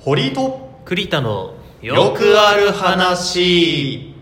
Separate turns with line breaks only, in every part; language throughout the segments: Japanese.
堀井と
栗田の
よくある話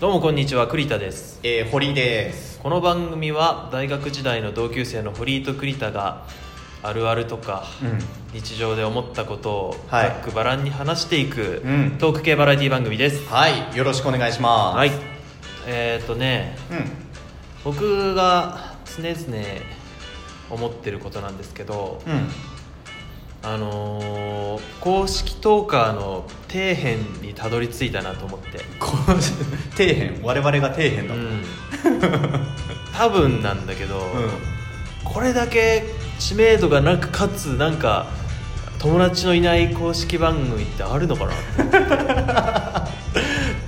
どうもこんにちは栗田です
えー、堀井です
この番組は大学時代の同級生の堀井と栗田があるあるとか
う
日常で思ったことをざ
はい
っくばらんに話していく、
うん
トーク系バラエティ番組です
はいよろしくお願いします
はいえっ、ー、とね
う
僕が常々思ってることなんですけど、
ん うん
あのー公式トーカーの底辺にたどり着いたなと思って
こ底辺我々が底辺
う
だ、うん
ん 多分なんだけど、これだけ知名度がなくかつなんか友達のいない公式番組ってあるのかな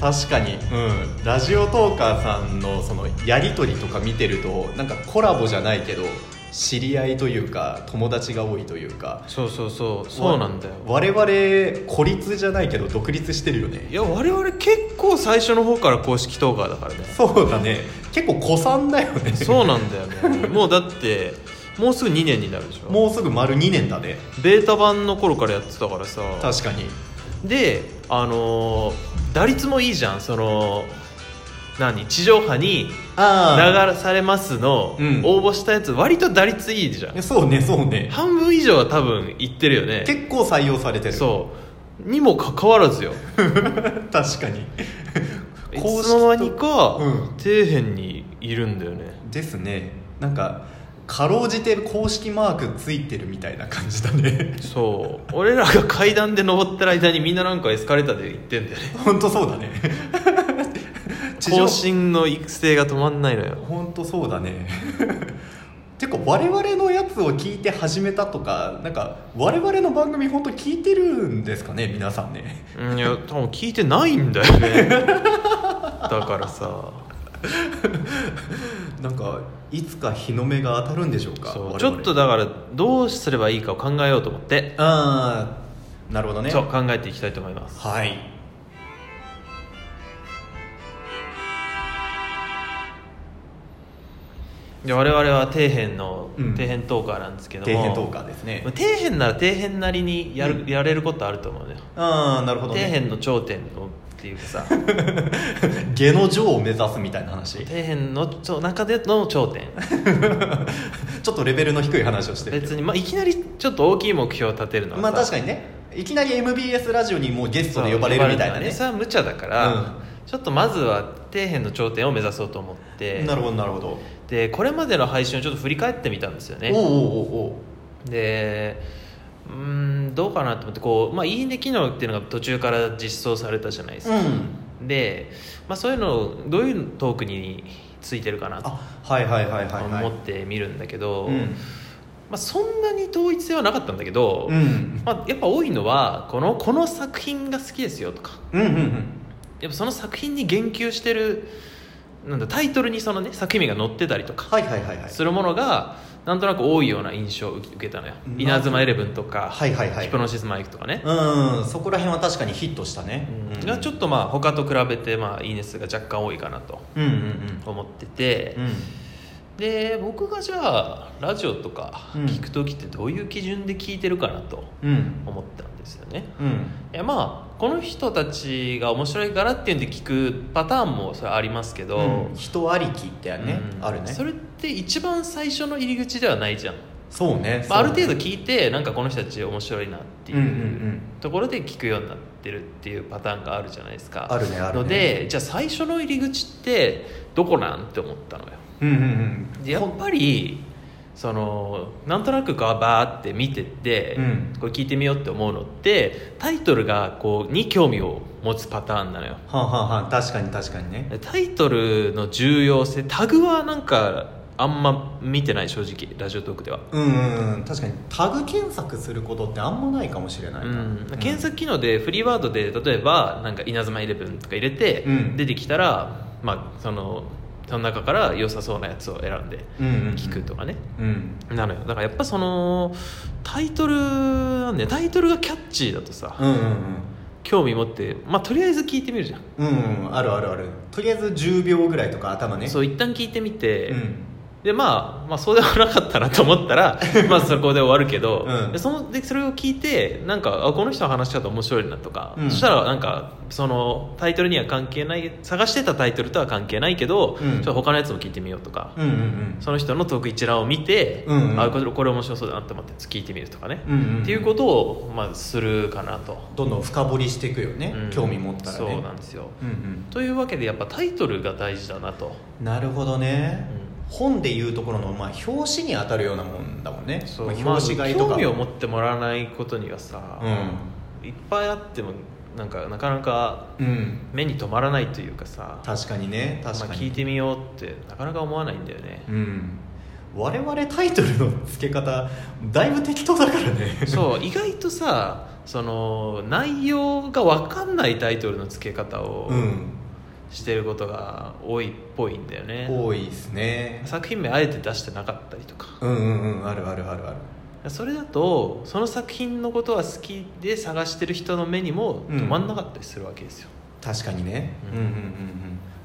確かに、うん、ラジオトーカーさんのそのやり取りとか見てるとなんかコラボじゃないけど知り合いというか友達が多いというか
そうそうそうそうなんだよ
我々孤立じゃないけど独立してるよね
いや我々結構最初の方から公式トーカーだからね
そうだね結構古参だよね
そうなんだよねもうだってもうすぐ2年になるでし ょ
もうすぐ丸2年だね
ベータ版の頃からやってたからさ
確かに
であのー打率もいいじゃんその何地上波に
あ
流されますの
うん
応募したやつ割と打率いいじゃん
そうねそうね
半分以上は多分いってるよね
結構採用されてる
そうにもかかわらずよ
確かに
いつの間にか、
うん
底辺にいるんだよね
ですねなんかかろうじて公式マークついてるみたいな感じだね
そう俺らが階段で登ってる間にみんななんかエスカレーターで行ってんだよね
本当そうだ ね地上
更新の育成が止まんないのよ
本当そうだねてか我々のやつを聞いて始めたとかなんか我々の番組本当聞いてるんですかね皆さんね
うんいや多分聞いてないんだよね だからさ
なんかいつか日の目が当たるんでしょうか
そ
我
う
々
ちょっとだからどうすればいいかを考えようと思って、
ああなるほどね
そう考えていきたいと思います
はい
で我々は底辺の、
うん
底辺トーカーなんですけども
底辺トーカーですね
まあ底辺なら底辺なりにやる、
うん
やれることあると思うのよ、
ああなるほど
底
ね
辺の頂点のっていうかさ
下の女を目指すみたいな 話
底辺のちょ中での 頂点
ちょっとレベルの低い話をしてるけど
別に、まあ、いきなりちょっと大きい目標を立てるのは
まあ確か
に
にねいきなり MBS ラジオにもうゲストで呼ばれるみたいなね
それは無茶だから、
うん
ちょっとまずは底辺の頂点を目指そうと思って
なるほどなるほど、
でこれまでの配信をちょっと振り返ってみたんですよね
おうおうおうおう
でうーんどうかなと思ってこう、まあ、いいね機能っていうのが途中から実装されたじゃないですか、
ん
で、まあ、そういうのをどういうトークについてるかなと
あはいはいはいはいはい
思ってみるんだけど、
うん
まあ、そんなに統一性はなかったんだけど、
うん
まあ、やっぱ多いのはこのこの作品が好きですよとか
うんうんうん
やっぱその作品に言及してるなんだタイトルにその、ね、作品名が載ってたりとか
はいはいはいはい
するものがなんとなく多いような印象を受けたのよ
う
「
ん
稲妻エレブン」とか
はいはいは
ヒ
い
プノシスマイク」とかね、
うんそこら辺は確かにヒットしたね、うん、
がちょっとまあ他と比べてまあいいね数が若干多いかなと
うんうんうん
思ってて、
う
で僕がじゃあラジオとか
うん
聞く時ってどういう基準で聞いてるかなと
んうん
思ったんですよね、
うん
いやまあこの人たちが面白いからっていうんで聞くパターンもそれありますけど、
うん人ありきってね、
うん
あるね
それって一番最初の入り口ではないじゃん、
そうね、
まあ、ある程
度
度聞いてなんかこの人たち面白いなっていう、
うんうんうん
ところで聞くようになってるっていうパターンがあるじゃないですか
あるねあるね
のでじゃあ最初の入り口ってどこなんって思ったのよ
うんうんうん
でやっぱりそのなんとなくこうバーって見てって、
うん
これ聞いてみようって思うのってタイトルがこうに興味を持つパターンなのよ
はあ、はあはあ、確かに確かにね
タイトルの重要性タグはなんかあんま見てない正直ラジオトークでは、
うんうんうん確かにタグ検索することってあんまないかもしれないな、
うん、検索機能でフリーワードで例えば「なんか稲妻イレブン」とか入れて
うん
出てきたら、まあそのその中から良さそうなやつを選んで
うんうんうん
聞くとかね、
うん
なのよだからやっぱそのタイトルなんだよタイトルがキャッチーだとさ、
うんうん
興味持ってまあとりあえず聞いてみるじゃん、
うんうんうんあるあるあるとりあえず10秒ぐらいとか頭ね
そう一旦聞いてみて、
うん
でまあ、まあそうでもなかったなと思っ たらまあそこで終わるけど、
うん
でそのでそれを聞いてなんかあこの人の話し方面白いなとか、
うん
そしたらなんかそのタイトルには関係ない探してたタイトルとは関係ないけど、
うん
ちょっと他のやつも聞いてみようとか、
うんうん
その人のトーク一覧を見て、
うんうん
あこれこれ面白そうだなと思って聞いてみるとかね、
うんうんうん
っていうことを、まあ、するかなと、
どんどん深掘りしていくよね、
うん
興味持ったらね
そうなんですよ
うんうん
というわけでやっぱタイトルが大事だなと、
なるほどね、
う
本でいうところの、まあ、表紙に当たるようなもんだもんね
そう
まあ、
まあ
表紙買いとか、
興味を持ってもらわないことにはさ、いっぱいあってもなんかなかなか
うん、うん、
目に留まらないというかさ
確かにね確か
まあ、
に、
聞いてみようってなかなか思わないんだよね
うん我々タイトルの付け方だいぶ適当だからね
そう意外とさその内容が分かんないタイトルの付け方を
うん
してることが多いっぽいんだよね、
多いですね
作品名あえて出してなかったりとか
うんうんうんあるあるあるある
それだとその作品のことは好きで探してる人の目にも
うん
止まんなかったりするわけですよ、
確かにね、
う
うんん、うんうんうん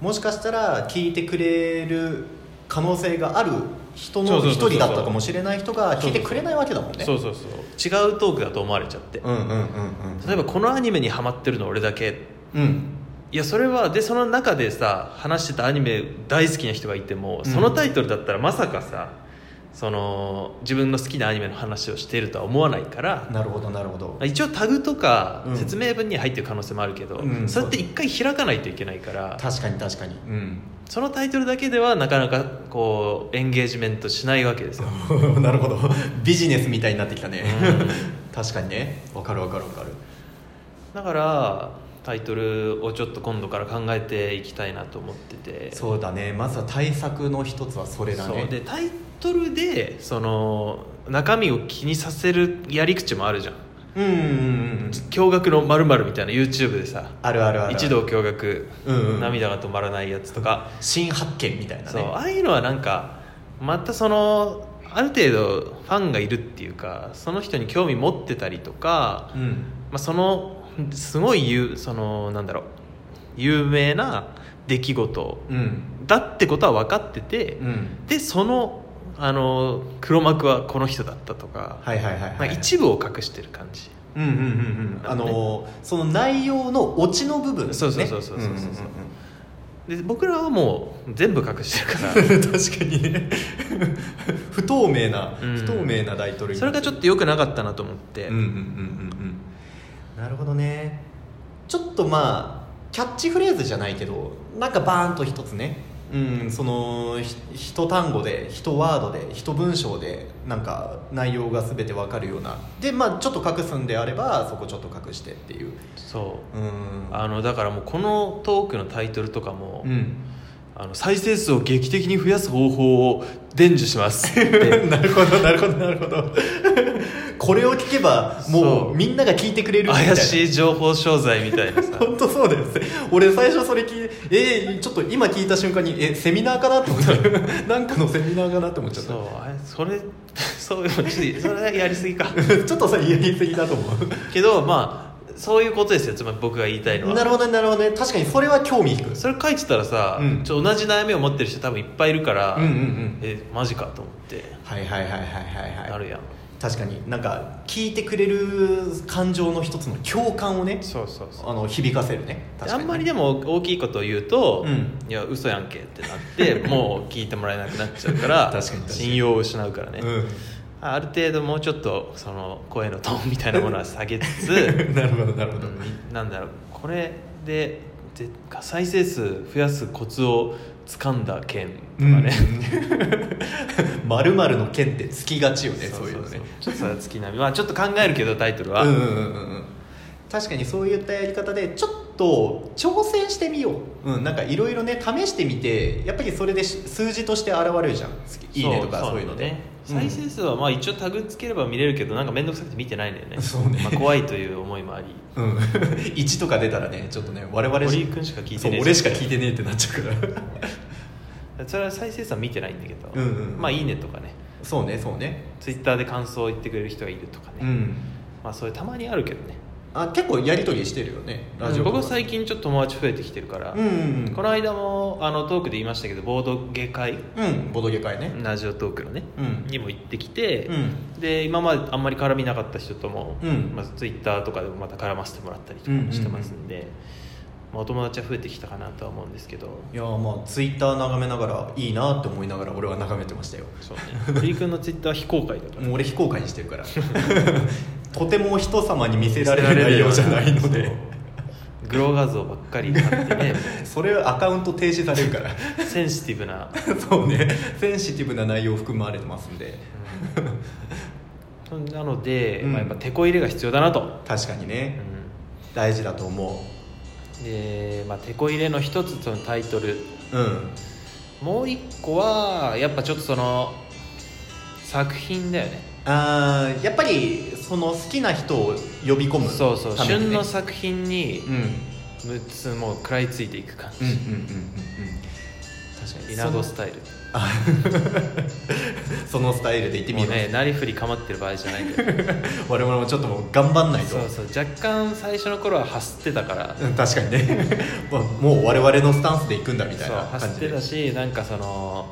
もしかしたら聞いてくれる可能性がある人
そう
の
そう
一
そうそう
人だったかもしれない人が聞いてくれないわけだもんね
そうそうそう違うトークだと思われちゃって、
うんうんうんうん
例えばこのアニメにハマってるの俺だけ
うん
いやそれはでその中でさ話してたアニメ大好きな人がいてもそのタイトルだったらまさかさ、その自分の好きなアニメの話をしているとは思わないから
なるほどなるほど
一応タグとか
うん
説明文に入ってる可能性もあるけど、
うん
そうやって一回開かないといけないから
確かに確かにうん
そのタイトルだけではなかなかこうエンゲージメントしないわけですよ
なるほどビジネスみたいになってきたね 確かにねわかるわかるわかる
だからタイトルをちょっと今度から考えていきたいなと思ってて
そうだねまずは対策の一つはそれだ
そう
ね
でタイトルでその中身を気にさせるやり口もあるじゃん
うんうんうんうん
驚愕の〇〇みたいな YouTube でさ
あるあるある
一同驚愕、
うんうん
涙が止まらないやつとか、
新発見みたいな
そう
ね
ああいうのはなんかまたそのある程度ファンがいるっていうかその人に興味持ってたりとか、
うん
まあ、そのすごい有そのなんだろう有名な出来事
うん
だってことは分かってて、
うん
でそのあの黒幕はこの人だったとか,、
はいはいはい、はい、
なんか一部を隠してる感じ
うんうんうんうんあのその内容のオチの部分ね
そうそうそうそうそうそうん
んん
で僕らはもう全部隠してるから
うん 確かにね不透明な、
うん
不透明な大統領
それがちょ
っ
っと良くなかったなと思って、
うんうんうんうんうんなるほどねちょっとまあキャッチフレーズじゃないけどなんかバーンと一つねうん、そのひ一単語で一ワードで一文章でなんか内容が全てわかるようなでまあちょっと隠すんであればそこちょっと隠してっていう
そう
うん
あのだからもうこのトークのタイトルとかも、
うん
あの再生数を劇的に増やす方法を伝授しま すって
なるほどなるほどなるほど これを聞けば
そ
も
う
うみんなが聞いてくれるみたいな
怪しい情報商材みたいなさ
本当そうだよ俺最初それ聞いえーちょっと今聞いた瞬間にえセミナーかなって思った なんかのセミナーかなって思っちゃっ
そ
た
うあれそれ そうちょっとそれやりすぎか
ちょっとさやりすぎだと思う
けどまあそういうことですよつまり僕が言いたいのは
なるほどねなるほどね確かにそれは興味引く
それ書いてたらさ、
うん
ちょ同じ悩みを持ってる人多分いっぱいいるから、
うんうんうん
えマジかと思って
はいはいはいはいはい
な
はい
るやん、
確かになんか聞いてくれる感情の一つの共感をね
そうそうそう
あの響かせるね確
あ
かに
んまりでも大きいことを言うと、
うん
いや嘘やんけってな ってもう聞いてもらえなくなっちゃうから
確かに確かに
信用を失うからね、
うん
ある程度もうちょっとその声のトーンみたいなものは下げつ つ、
なるほどなる
う
ほど、
んなんだろうこれでぜ再生数増やすコツを掴んだ件とか ね、
まるまるの剣ってつきが ちよねそういうの
そ
ね
うちょっとさ月並みまあちょっと考えるけどタイトルは、
うんうんうんうん確かにそういったやり方でちょっと挑戦してみよう、うん、なんかいろいろね試してみてやっぱりそれでし数字として現れるじゃん「いいね」とかそういうので
そうなんだよね再生数はまあ一応タグつければ見れるけどなんか面倒くさくて見てないんだよね
そうね
まあ、怖いという思いもあ り
うん、うん、1とか出たらねちょっとね我々
堀井君しか聞いて
そ
ねえ
う俺しか聞いてねえってなっちゃうから
それは再生数は見てないんだけど、
うんうん
まあ「いいね」とかね
そうねそうね
ツイッターで感想を言ってくれる人がいるとかね、
うん
まあそれたまにあるけどね
あ結構やり取りしてるよねラジオとか
僕最近ちょっと友達増えてきてるから、
うんうんうん
この間もあのトークで言いましたけどボードゲ会
うんボドゲ会ね
ラジオトークのね、
うん
にも行ってきて、
う
で今まであんまり絡みなかった人とも、
うん
まあ、ツイッターとかでもまた絡ませてもらったりとかもしてますんで、まあ、お友達は増えてきたかなとは思うんですけど
いやーまあツイッター眺めながらいいなって思いながら俺は眺めてましたよ
そうね堀井君のツイッターは非公開だから
もう俺非公開にしてるから とても人様に見せられる内容じゃないので
そうグロー画像ばっかり貼っ てね
それアカウント停止されるから
センシティブな
そうねセンシティブな内容を含まれてますんで
うんなので、
うん
まあ、やっぱテこ入れが必要だなと、
確かに
う
ね
ん
大事だと思
で、まあ、テこ入れの一つそのタイトル
ううん
もう一個はやっぱちょっとその作品だよね
あーやっぱりその好きな人を呼び込む
そうそう
ために
旬
ね
の作品に
うんうんうんうん
むつもう食らいついていく感じ、
うんうん確かに
稲子スタイル
あ そのスタイルで行ってみ
もう
よう
ねなりふり構ってる場合じゃない んだよ
我々もちょっともう頑張んないと
そうそう若干最初の頃は走ってたから
うん確かにね まあもう我々のスタンスで行くんだみたい
そう
な
走
感
っ
じ
て
で
たしなんかその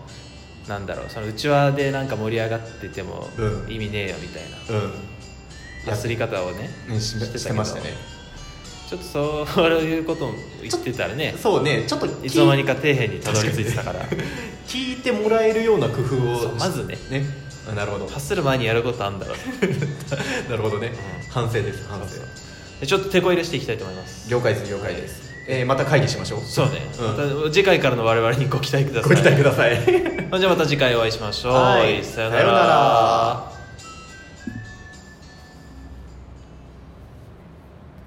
なんだろうそのうちわでなんか盛り上がってても
うん
意味ねえよみたいな、
うん
走り方をね
ねし
してたけど
してましたね
ちょっとそう いうことも言ってたらね
そうねちょっと聞
いつの間にか底辺にたどり着いてたから
聞いてもらえるような工夫
そ
を
うまずね
ねあなるほど
走る前にやることあんだろう
なるほどね
うん
反省です反省
でちょっと手こ入れしていきたいと思います
了解です了解ですえーまた会議しましょう
そうね、
ん
また次回からの我々に ご期待ください
ご期待ください
じゃあまた次回お会いしましょう、
はい
さよ
さようなら